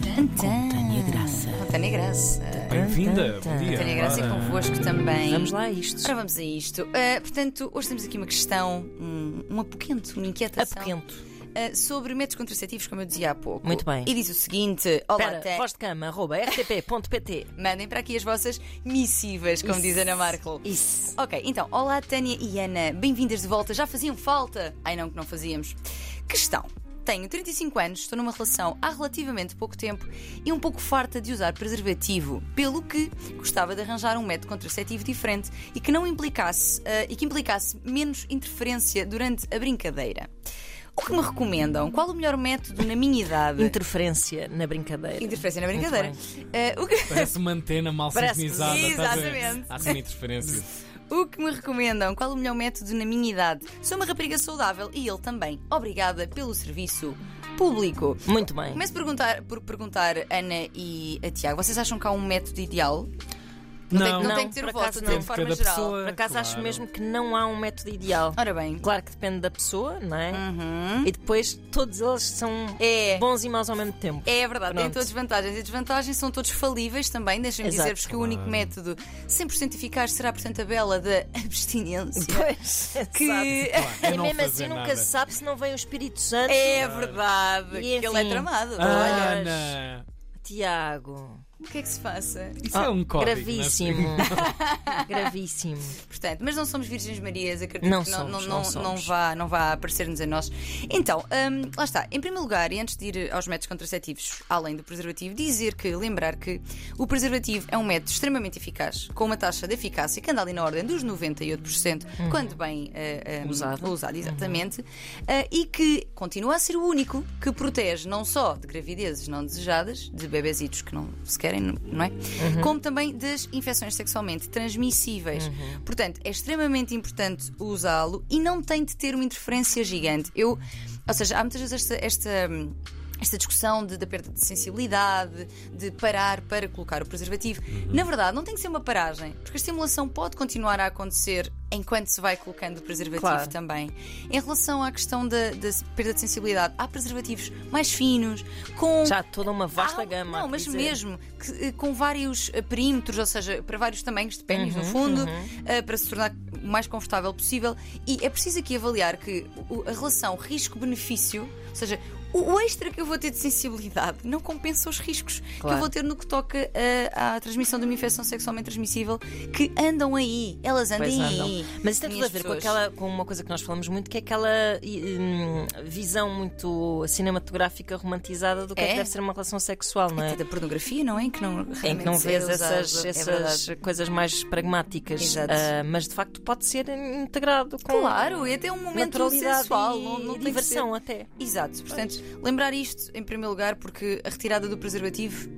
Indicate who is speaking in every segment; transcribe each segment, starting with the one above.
Speaker 1: Tânia Graça.
Speaker 2: Com Tânia Graça.
Speaker 3: Bem-vinda, bom dia.
Speaker 2: Tânia Graça
Speaker 1: é
Speaker 2: e
Speaker 3: Ora,
Speaker 2: convosco também.
Speaker 1: Vamos lá a isto.
Speaker 2: Agora vamos a isto. Ah, portanto, hoje temos aqui uma questão, um, um apoquento, uma inquietação.
Speaker 1: Apoquento.
Speaker 2: ah, sobre métodos contraceptivos, como eu dizia há pouco.
Speaker 1: Muito bem.
Speaker 2: E diz o seguinte: Olá,
Speaker 1: Espera,
Speaker 2: Tânia.
Speaker 1: voz de cama, arroba rtp.pt.
Speaker 2: Mandem para aqui as vossas missivas, como
Speaker 1: Isso.
Speaker 2: diz Ana Markel.
Speaker 1: Isso.
Speaker 2: Ok, então, olá Tânia e Ana, bem-vindas de volta. Já faziam falta? Ai não, que não fazíamos. Questão. Tenho 35 anos, estou numa relação há relativamente pouco tempo e um pouco farta de usar preservativo, pelo que gostava de arranjar um método contraceptivo diferente e que não implicasse ah, e que implicasse menos interferência durante a brincadeira. O que me recomendam? Qual o melhor método na minha idade?
Speaker 1: Interferência na brincadeira.
Speaker 2: Interferência na brincadeira.
Speaker 1: Muito
Speaker 2: Ah, o que...
Speaker 3: Parece uma antena mal
Speaker 1: Parece-
Speaker 3: sintonizada. estás a ver?
Speaker 2: Exatamente.
Speaker 3: Há assim uma interferência.
Speaker 2: O que me recomendam? Qual o melhor método na minha idade? Sou uma rapariga saudável e ele também. Obrigada pelo serviço público.
Speaker 1: Muito bem.
Speaker 2: Começo a perguntar, por perguntar, Ana e a Tiago, vocês acham que há um método ideal? tem,
Speaker 3: Não.
Speaker 2: não, tem
Speaker 1: Não,
Speaker 2: que ter
Speaker 1: por
Speaker 2: voto,
Speaker 1: acaso
Speaker 2: de
Speaker 1: não.
Speaker 2: forma
Speaker 3: Cada
Speaker 2: geral.
Speaker 3: pessoa.
Speaker 1: Por acaso acho
Speaker 3: Claro.
Speaker 1: mesmo que não há um método ideal.
Speaker 2: Ora bem,
Speaker 1: Claro que depende da pessoa, não é?
Speaker 2: Uhum.
Speaker 1: E depois todos eles são
Speaker 2: é.
Speaker 1: bons e maus ao mesmo tempo.
Speaker 2: É verdade, tem
Speaker 1: Pronto.
Speaker 2: todas vantagens e desvantagens, são todos falíveis também. Deixem-me
Speaker 1: Exato.
Speaker 2: dizer-vos que o único método 100% eficaz será, portanto, a bela da abstinência.
Speaker 1: Pois,
Speaker 2: Que-
Speaker 1: sabe.
Speaker 3: Claro, é
Speaker 1: E
Speaker 3: não
Speaker 1: mesmo
Speaker 3: fazer
Speaker 1: assim nunca
Speaker 3: nada.
Speaker 1: se sabe se não vem o Espírito Santo.
Speaker 2: É verdade,
Speaker 1: E
Speaker 2: que ele é
Speaker 1: enfim.
Speaker 2: tramado. Olha,
Speaker 1: Ah.
Speaker 3: Ana,
Speaker 1: Tiago.
Speaker 2: o que é que se passa?
Speaker 3: isso é um código.
Speaker 1: Oh, Gravíssimo. Gravíssimo.
Speaker 2: Portanto, mas não somos Virgens Marias, acredito
Speaker 1: Não
Speaker 2: que não,
Speaker 1: somos,
Speaker 2: não,
Speaker 1: não
Speaker 2: não
Speaker 1: somos.
Speaker 2: vá, não vá aparecer-nos a nós. Então, hum, lá está. Em primeiro lugar, e antes de ir aos métodos contraceptivos, além do preservativo, dizer que, lembrar que o preservativo é um método extremamente eficaz, com uma taxa de eficácia que anda ali na ordem dos 98%, quando bem eh, hum,
Speaker 1: Uhum. Usado. Uhum.
Speaker 2: usado, exatamente, eh, e que continua a ser o único que protege não só de gravidezes não desejadas, de bebezitos que não se querem, não é? Como também das infecções sexualmente transmissíveis. Portanto, é extremamente importante usá-lo e não tem de ter uma interferência gigante. Eu, ou seja, há muitas vezes esta. esta hum, esta discussão de- da perda de sensibilidade, de parar para colocar o preservativo. Na verdade, não tem que ser uma paragem, porque a estimulação pode continuar a acontecer enquanto se vai colocando o preservativo
Speaker 1: Claro.
Speaker 2: também. Em relação à questão da, da perda de sensibilidade, há preservativos mais finos, com.
Speaker 1: Já há toda uma vasta
Speaker 2: Há- um-
Speaker 1: gama.
Speaker 2: Não,
Speaker 1: a
Speaker 2: mas
Speaker 1: dizer.
Speaker 2: mesmo que, eh, com vários eh, perímetros, ou seja, para vários tamanhos de pênis
Speaker 1: Uhum,
Speaker 2: no fundo, eh, para se tornar o mais confortável possível. E é preciso aqui avaliar que o- a relação risco-benefício, ou seja, o o extra que eu vou ter de sensibilidade não compensa os riscos que
Speaker 1: Claro.
Speaker 2: eu vou ter no que toca eh, à transmissão de uma infecção sexualmente transmissível que andam aí, elas andam
Speaker 1: Pois andam.
Speaker 2: aí.
Speaker 1: Mas isso tem tudo a
Speaker 2: assim, minhas
Speaker 1: ver com,
Speaker 2: pessoas.
Speaker 1: aquela, com uma coisa que nós falamos muito, que é aquela e, hum, visão muito cinematográfica romantizada do que é,
Speaker 2: É?
Speaker 1: que deve ser uma relação sexual, não é?
Speaker 2: da pornografia, não é? Em que não,
Speaker 1: Em que não
Speaker 2: raramente
Speaker 1: vês
Speaker 2: é usado.
Speaker 1: essas,
Speaker 2: É
Speaker 1: essas
Speaker 2: verdade.
Speaker 1: coisas mais pragmáticas.
Speaker 2: Exato.
Speaker 1: Ah, mas de facto pode ser integrado com
Speaker 2: Claro, e até um momento
Speaker 1: naturalidade
Speaker 2: sensual,
Speaker 1: e
Speaker 2: não, não tem que
Speaker 1: diversão
Speaker 2: ser-
Speaker 1: até.
Speaker 2: Exato, portanto, lembrar isto em primeiro lugar, porque a retirada do preservativo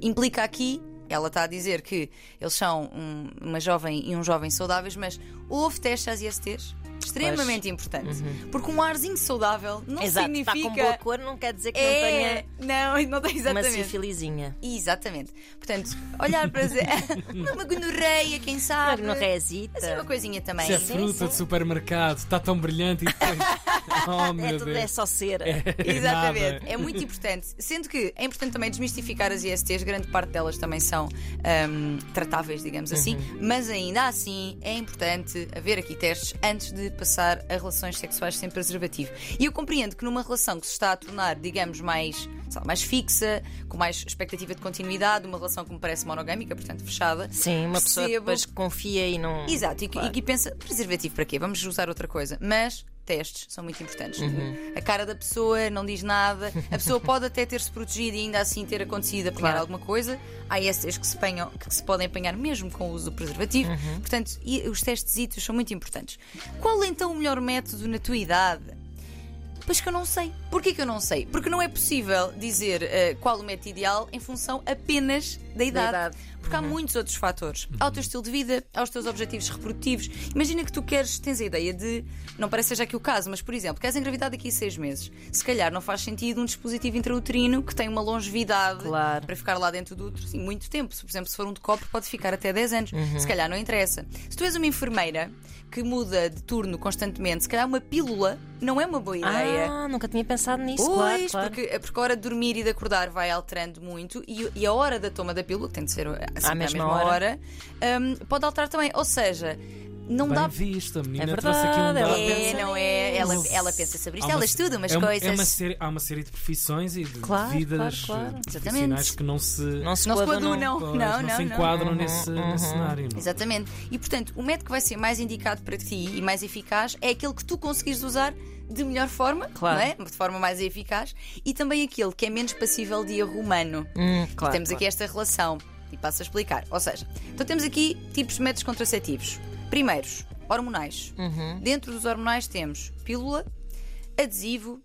Speaker 2: implica aqui. Ela está a dizer que eles são um- uma jovem e um jovem saudáveis, mas houve testes às ISTs extremamente importante. Porque um arzinho saudável não
Speaker 1: Uhum. Exato,
Speaker 2: significa.
Speaker 1: está com boa cor, não quer dizer que
Speaker 2: é,
Speaker 1: não tenha
Speaker 2: não, não tem exatamente.
Speaker 1: uma sifilizinha.
Speaker 2: Exatamente. Portanto, olhar para. uma gonorreia, quem sabe.
Speaker 1: Não resita.
Speaker 2: Assim, uma coisinha também.
Speaker 3: Isso é
Speaker 1: Sim,
Speaker 3: fruta
Speaker 1: sim.
Speaker 3: de supermercado, está tão brilhante e depois. Oh
Speaker 1: É
Speaker 3: meu
Speaker 1: tudo, é
Speaker 3: Deus.
Speaker 1: só cera.
Speaker 2: Exatamente,
Speaker 3: Nada.
Speaker 2: é muito importante. Sendo que é importante também desmistificar as ISTs, grande parte delas também são ahm, tratáveis, digamos assim,
Speaker 1: Uhum.
Speaker 2: mas ainda assim é importante haver aqui testes antes de passar a relações sexuais sem preservativo. E eu compreendo que numa relação que se está a tornar, digamos, mais, sei lá, mais fixa, com mais expectativa de continuidade, uma relação que me parece monogâmica, portanto fechada.
Speaker 1: Sim, uma pessoa que
Speaker 2: percebo-
Speaker 1: depois confia e não.
Speaker 2: Exato, e, que-
Speaker 1: Hum, Claro.
Speaker 2: e que pensa, preservativo para quê? Vamos usar outra coisa. Mas testes são muito importantes.
Speaker 1: Uhum.
Speaker 2: A cara da pessoa não diz nada, a pessoa pode até ter-se protegido e ainda assim ter acontecido apanhar
Speaker 1: Claro.
Speaker 2: alguma coisa. Há ISTs que se, apanham- que se podem apanhar mesmo com o uso do preservativo.
Speaker 1: Uhum.
Speaker 2: Portanto, e os testes são muito importantes. Qual é então o melhor método na tua idade? Pois que eu não sei. Porquê que eu não sei? Porque não é possível dizer eh, qual o método ideal em função apenas da idade. Uhum.
Speaker 1: idade.
Speaker 2: Porque há muitos outros fatores. Ao teu estilo de vida, aos teus objetivos reprodutivos. Imagina que tu queres, tens a ideia de. Não parece que seja aqui o caso, mas por exemplo, queres engravidar daqui a seis meses. Se calhar não faz sentido um dispositivo intrauterino que tem uma longevidade
Speaker 1: Claro.
Speaker 2: para ficar lá dentro do útero sim, muito tempo. Se, por exemplo, se for um de cobre, pode ficar até 10 anos. Se calhar não interessa. Se tu és uma enfermeira que muda de turno constantemente, se calhar uma pílula não é uma boa ideia.
Speaker 1: Ah, nunca tinha pensado nisso, claro,
Speaker 2: Pois,
Speaker 1: claro.
Speaker 2: Porque, é porque a hora de dormir e de acordar vai alterando muito e, e a hora da toma da pílula, que tem de ser sempre à mesma,
Speaker 1: mesma
Speaker 2: hora,
Speaker 1: hora.
Speaker 2: hum, pode alterar também. Ou seja, não
Speaker 3: Bem
Speaker 2: dá.
Speaker 3: vista, a menina
Speaker 1: É
Speaker 3: trouxe aqui um
Speaker 1: verdade,
Speaker 3: dado.
Speaker 1: ela
Speaker 2: É, não é? Ela, ela pensa sobre
Speaker 3: Há
Speaker 2: isto,
Speaker 3: uma-
Speaker 2: ela estuda umas
Speaker 3: é uma-
Speaker 2: coisas.
Speaker 3: é uma série- há uma série de profissões e de
Speaker 1: Claro, claro,
Speaker 3: vidas
Speaker 1: claro.
Speaker 3: eh, profissionais
Speaker 2: Exatamente.
Speaker 3: que não se,
Speaker 1: Não se
Speaker 2: Não se
Speaker 1: coadunam.
Speaker 2: coadunam.
Speaker 3: pois,
Speaker 2: não, não,
Speaker 3: se
Speaker 2: não.
Speaker 3: enquadram nesse,
Speaker 1: Uhum.
Speaker 3: nesse cenário. não.
Speaker 2: Exatamente. E portanto, o método que vai ser mais indicado para ti e mais eficaz é aquele que tu conseguires usar de melhor forma,
Speaker 1: Claro.
Speaker 2: não é? de forma mais eficaz, e também aquele que é menos passível de erro humano.
Speaker 1: Hum, claro,
Speaker 2: temos aqui esta relação e passo a explicar. Ou seja, então temos aqui tipos de métodos contraceptivos. Primeiros, hormonais.
Speaker 1: Uhum.
Speaker 2: Dentro dos hormonais temos pílula, adesivo,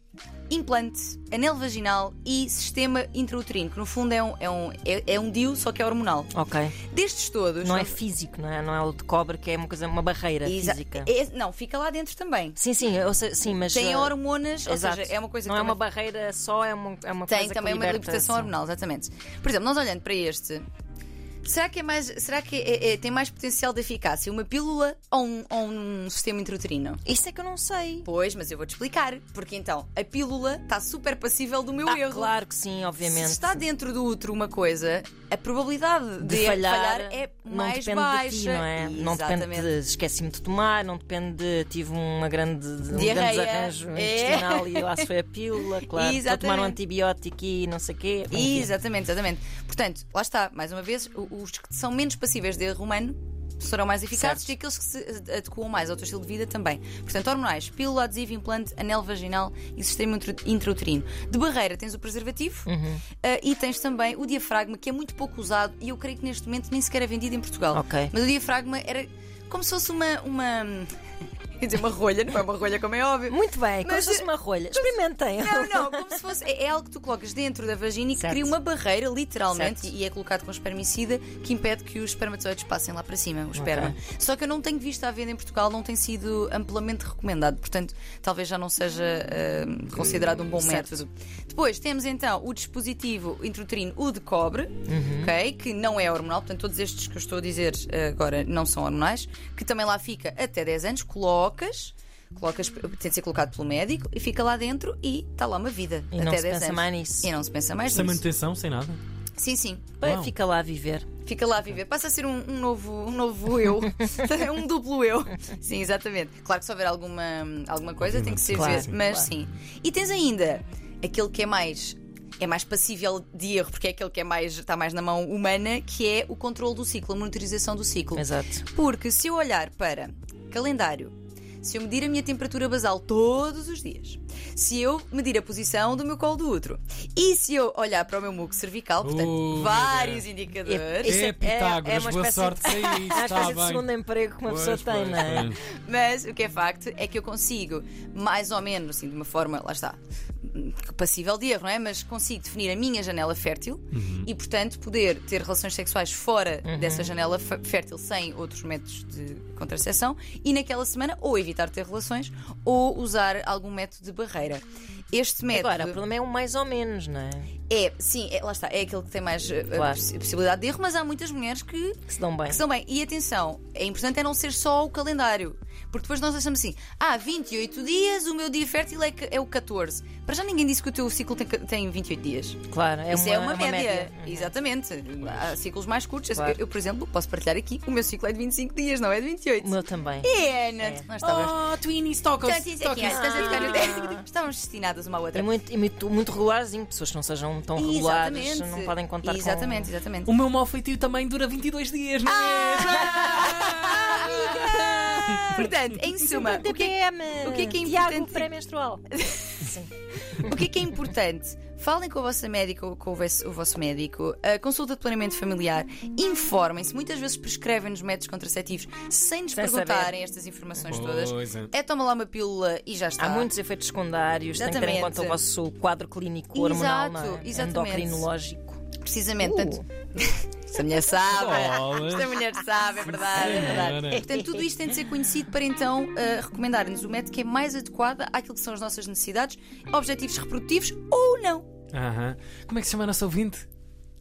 Speaker 2: implante, anel vaginal e sistema intrauterino, que no fundo é um, é um, é, é um DIU, só que é hormonal.
Speaker 1: claro. Ok.
Speaker 2: Destes todos.
Speaker 1: Não é físico, não é? Não é o de cobre que é uma coisa, uma barreira
Speaker 2: Exa-
Speaker 1: física.
Speaker 2: é- não, fica lá dentro também.
Speaker 1: Sim, sim, eu sei- sim, mas.
Speaker 2: Tem
Speaker 1: eh,
Speaker 2: hormonas, ou
Speaker 1: exato.
Speaker 2: seja, é uma coisa
Speaker 1: Não
Speaker 2: que
Speaker 1: é uma
Speaker 2: também-
Speaker 1: barreira só, é uma, é uma
Speaker 2: Tem
Speaker 1: coisa
Speaker 2: também
Speaker 1: que
Speaker 2: uma
Speaker 1: liberta,
Speaker 2: libertação
Speaker 1: sim.
Speaker 2: hormonal, exatamente. Por exemplo, nós olhando para este, será que, é mais, será que é- é- tem mais potencial de eficácia? Uma pílula ou um, ou um sistema intrauterino?
Speaker 1: Isso é que eu não sei.
Speaker 2: Pois, mas eu vou-te explicar. Porque então, a pílula está super passível do meu
Speaker 1: Ah,
Speaker 2: erro.
Speaker 1: claro que sim, obviamente.
Speaker 2: Se está dentro do útero uma coisa, a probabilidade de, falhar, é
Speaker 1: não
Speaker 2: mais
Speaker 1: depende
Speaker 2: baixa.
Speaker 1: De ti, não é? Não
Speaker 2: Exatamente.
Speaker 1: depende de esqueci-me de tomar, não depende de tive uma grande, um
Speaker 2: Diarreia.
Speaker 1: grande desarranjo
Speaker 2: É.
Speaker 1: intestinal e lá se foi a pílula, claro. Estou a tomar um
Speaker 2: Exatamente.
Speaker 1: antibiótico e não sei o quê. Enfim.
Speaker 2: Exatamente, exatamente. Portanto, lá está, mais uma vez, o- os que são menos passíveis de erro humano serão mais eficazes
Speaker 1: Certo.
Speaker 2: e aqueles que se eh, adequam mais ao teu estilo de vida também. Portanto, hormonais, pílula, adesivo, implante, anel vaginal e sistema intru- intrauterino. De barreira tens o preservativo
Speaker 1: Uhum.
Speaker 2: eh, e tens também o diafragma, que é muito pouco usado e eu creio que neste momento nem sequer é vendido em Portugal.
Speaker 1: Ok.
Speaker 2: Mas o diafragma era como se fosse uma. uma quer dizer, uma rolha, não é uma rolha como é óbvio.
Speaker 1: Muito bem, como
Speaker 2: Mas-
Speaker 1: se fosse uma rolha. Experimentem.
Speaker 2: Não, não, como se fosse. É é algo que tu colocas dentro da vagina e que
Speaker 1: Certo.
Speaker 2: cria uma barreira, literalmente,
Speaker 1: Certo.
Speaker 2: e é colocado com espermicida que impede que os espermatozoides passem lá para cima, o esperma. Só que eu não tenho visto à venda em Portugal, não tem sido amplamente recomendado, portanto, talvez já não seja eh, considerado um bom
Speaker 1: Certo.
Speaker 2: método. Depois temos então o dispositivo intrauterino, o de cobre,
Speaker 1: Uhum.
Speaker 2: ok, que não é hormonal, portanto, todos estes que eu estou a dizer eh, agora não são hormonais, que também lá fica até 10 anos, colocas. Colocas, tem de ser colocado pelo médico e fica lá dentro e está lá uma vida.
Speaker 1: E
Speaker 2: até
Speaker 1: não se
Speaker 2: 10
Speaker 1: pensa
Speaker 2: anos.
Speaker 1: mais nisso.
Speaker 2: E não se pensa mais
Speaker 3: Sem
Speaker 2: nisso.
Speaker 3: manutenção, sem nada.
Speaker 2: Sim, sim.
Speaker 1: Bem,
Speaker 3: Uau.
Speaker 1: Fica lá a viver.
Speaker 2: Fica lá a viver. Passa a ser um, um novo, um novo eu. um duplo eu. Sim, exatamente. Claro que se houver alguma, alguma coisa tem que ser
Speaker 1: Claro,
Speaker 2: ver,
Speaker 1: sim,
Speaker 2: mas sim. E tens ainda aquele que é mais. É mais passível de erro, porque é aquele que é mais, está mais na mão humana, que é o controle do ciclo, a monitorização do ciclo.
Speaker 1: Exato.
Speaker 2: Porque se eu olhar para calendário, se eu medir a minha temperatura basal todos os dias, se eu medir a posição do meu colo do útero e se eu olhar para o meu muco cervical, portanto,
Speaker 3: Oh, meu
Speaker 2: vários
Speaker 3: Deus.
Speaker 2: indicadores,
Speaker 1: Isso é-
Speaker 3: é, Pitágoras,
Speaker 1: é uma
Speaker 3: boa
Speaker 1: espécie de-
Speaker 3: sorte de... sair.
Speaker 1: É uma
Speaker 3: está
Speaker 1: espécie de
Speaker 3: bem.
Speaker 1: segundo emprego que uma pessoa
Speaker 3: Pois,
Speaker 1: tem,
Speaker 3: pois,
Speaker 1: não é?
Speaker 3: pois.
Speaker 2: mas o que é facto é que eu consigo, mais ou menos, assim, de uma forma, lá está, passível de erro, não é? Mas consigo definir a minha janela fértil e, portanto, poder ter relações sexuais fora
Speaker 1: Uhum.
Speaker 2: dessa janela fé- fértil sem outros métodos de contracepção e naquela semana ou evitar ter relações ou usar algum método de barreira. Este método
Speaker 1: Agora, o problema é um mais ou menos, não é?
Speaker 2: é, sim, é- lá está, é aquele que tem mais eh,
Speaker 1: Claro.
Speaker 2: possi- possibilidade de erro, mas há muitas mulheres que
Speaker 1: Que se dão bem.
Speaker 2: que são bem. E atenção, é importante é não ser só o calendário. Porque depois nós achamos assim: ah, 28 dias, o meu dia fértil é, que- é o 14. Para já ninguém disse que o teu ciclo tem, ca- tem 28 dias.
Speaker 1: Claro, é
Speaker 2: Isso
Speaker 1: uma,
Speaker 2: é uma, média.
Speaker 1: Uhum.
Speaker 2: Exatamente. Há ciclos mais curtos.
Speaker 1: Claro.
Speaker 2: Eu, eu, por exemplo, posso partilhar aqui: o meu ciclo é de 25 dias, não é de 28.
Speaker 1: O meu também.
Speaker 2: É, Ana. Nós estávamos.
Speaker 3: Oh, Twinnies, tocam-se.
Speaker 2: Portanto, isso aqui, olha, estás a tocar no- Estávamos destinadas uma à outra.
Speaker 1: E muito, e muito, muito regularzinho, pessoas que não sejam tão regulares não podem contar
Speaker 2: Exatamente,
Speaker 1: com.
Speaker 2: exatamente.
Speaker 3: O meu mau feitio também dura 22 dias, não é?
Speaker 1: Ah!
Speaker 2: Portanto, em suma, o que é
Speaker 1: TPM!
Speaker 2: o que é que é
Speaker 1: Tiago
Speaker 2: importante?
Speaker 1: pré-menstrual.
Speaker 2: O que é que é importante? Falem com a vossa médica ou com o vosso, o vosso médico, a consulta de planeamento familiar, informem-se, muitas vezes prescrevem-nos métodos contraceptivos sem nos
Speaker 1: Sem
Speaker 2: perguntarem
Speaker 1: saber.
Speaker 2: estas informações
Speaker 3: Pois
Speaker 2: todas.
Speaker 3: é.
Speaker 2: É toma lá uma pílula e já está.
Speaker 1: Há muitos efeitos secundários, tem que ter em
Speaker 2: Ah. Exatamente.
Speaker 1: conta o vosso quadro clínico hormonal,
Speaker 2: Exato,
Speaker 1: não é?
Speaker 2: exatamente.
Speaker 1: endocrinológico.
Speaker 2: Precisamente.
Speaker 1: Uh.
Speaker 2: Portanto, essa mulher sabe. Esta mulher sabe, é verdade, é verdade.
Speaker 3: senhora.
Speaker 2: Portanto, tudo isto tem de ser conhecido para então eh, recomendarem-nos o método que é mais adequado àquilo que são as nossas necessidades, objetivos reprodutivos ou não.
Speaker 3: Aham. Como é que se chama a nossa ouvinte?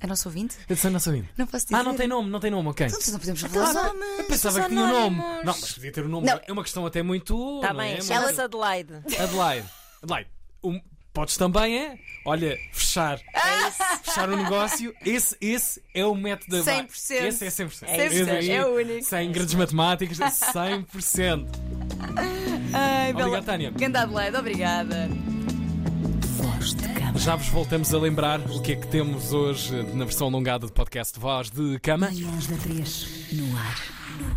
Speaker 2: A nossa ouvinte?
Speaker 3: Eu disse a nossa ouvinte.
Speaker 2: Não posso dizer.
Speaker 3: Ah, não tem nome, não tem nome, ok. Ah,
Speaker 2: Então, não podemos revelar os
Speaker 3: Eu
Speaker 2: nomes.
Speaker 3: pensava
Speaker 1: são
Speaker 3: que tinha um nome.
Speaker 1: anónimos.
Speaker 3: Não, mas podia ter um nome.
Speaker 2: Não.
Speaker 3: É uma questão até muito.
Speaker 1: Está
Speaker 3: não
Speaker 1: Tá bem,
Speaker 3: é? Mas-
Speaker 1: chama-se Adelaide.
Speaker 3: Adelaide. Adelaide. um- Podes também, é? Olha, fechar.
Speaker 1: Ah!
Speaker 3: É Fechar o negócio. Esse, esse é o método da
Speaker 2: 100%.
Speaker 3: Esse é 100%.
Speaker 1: É isso,
Speaker 3: Esse aí,
Speaker 1: é o único.
Speaker 3: Sem grandes matemáticas, 100%.
Speaker 2: Ai,
Speaker 3: Obrigado, Tânia.
Speaker 2: Ganda Adelaide, obrigada.
Speaker 3: Já vos voltamos a lembrar o que é que temos hoje eh, na versão alongada do podcast Voz de Cama.
Speaker 4: Manhãs da 3, no ar. No ar.